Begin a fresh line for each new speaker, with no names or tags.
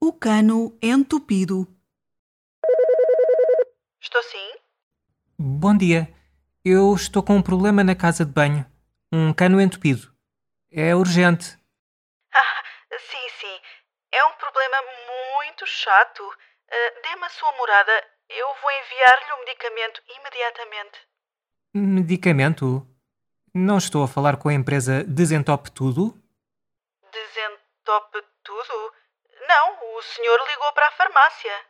o cano entupido.
Estou sim?
Bom dia. Eu estou com um problema na casa de banho. Um cano entupido. É urgente.
Ah, sim, sim. É um problema muito chato. Ah, Dê-me a sua morada. Eu vou enviar-lhe o medicamento imediatamente.
Medicamento? Não estou a falar com a empresa Desentope Tudo?
Desentope tudo? Não, o senhor ligou para a farmácia.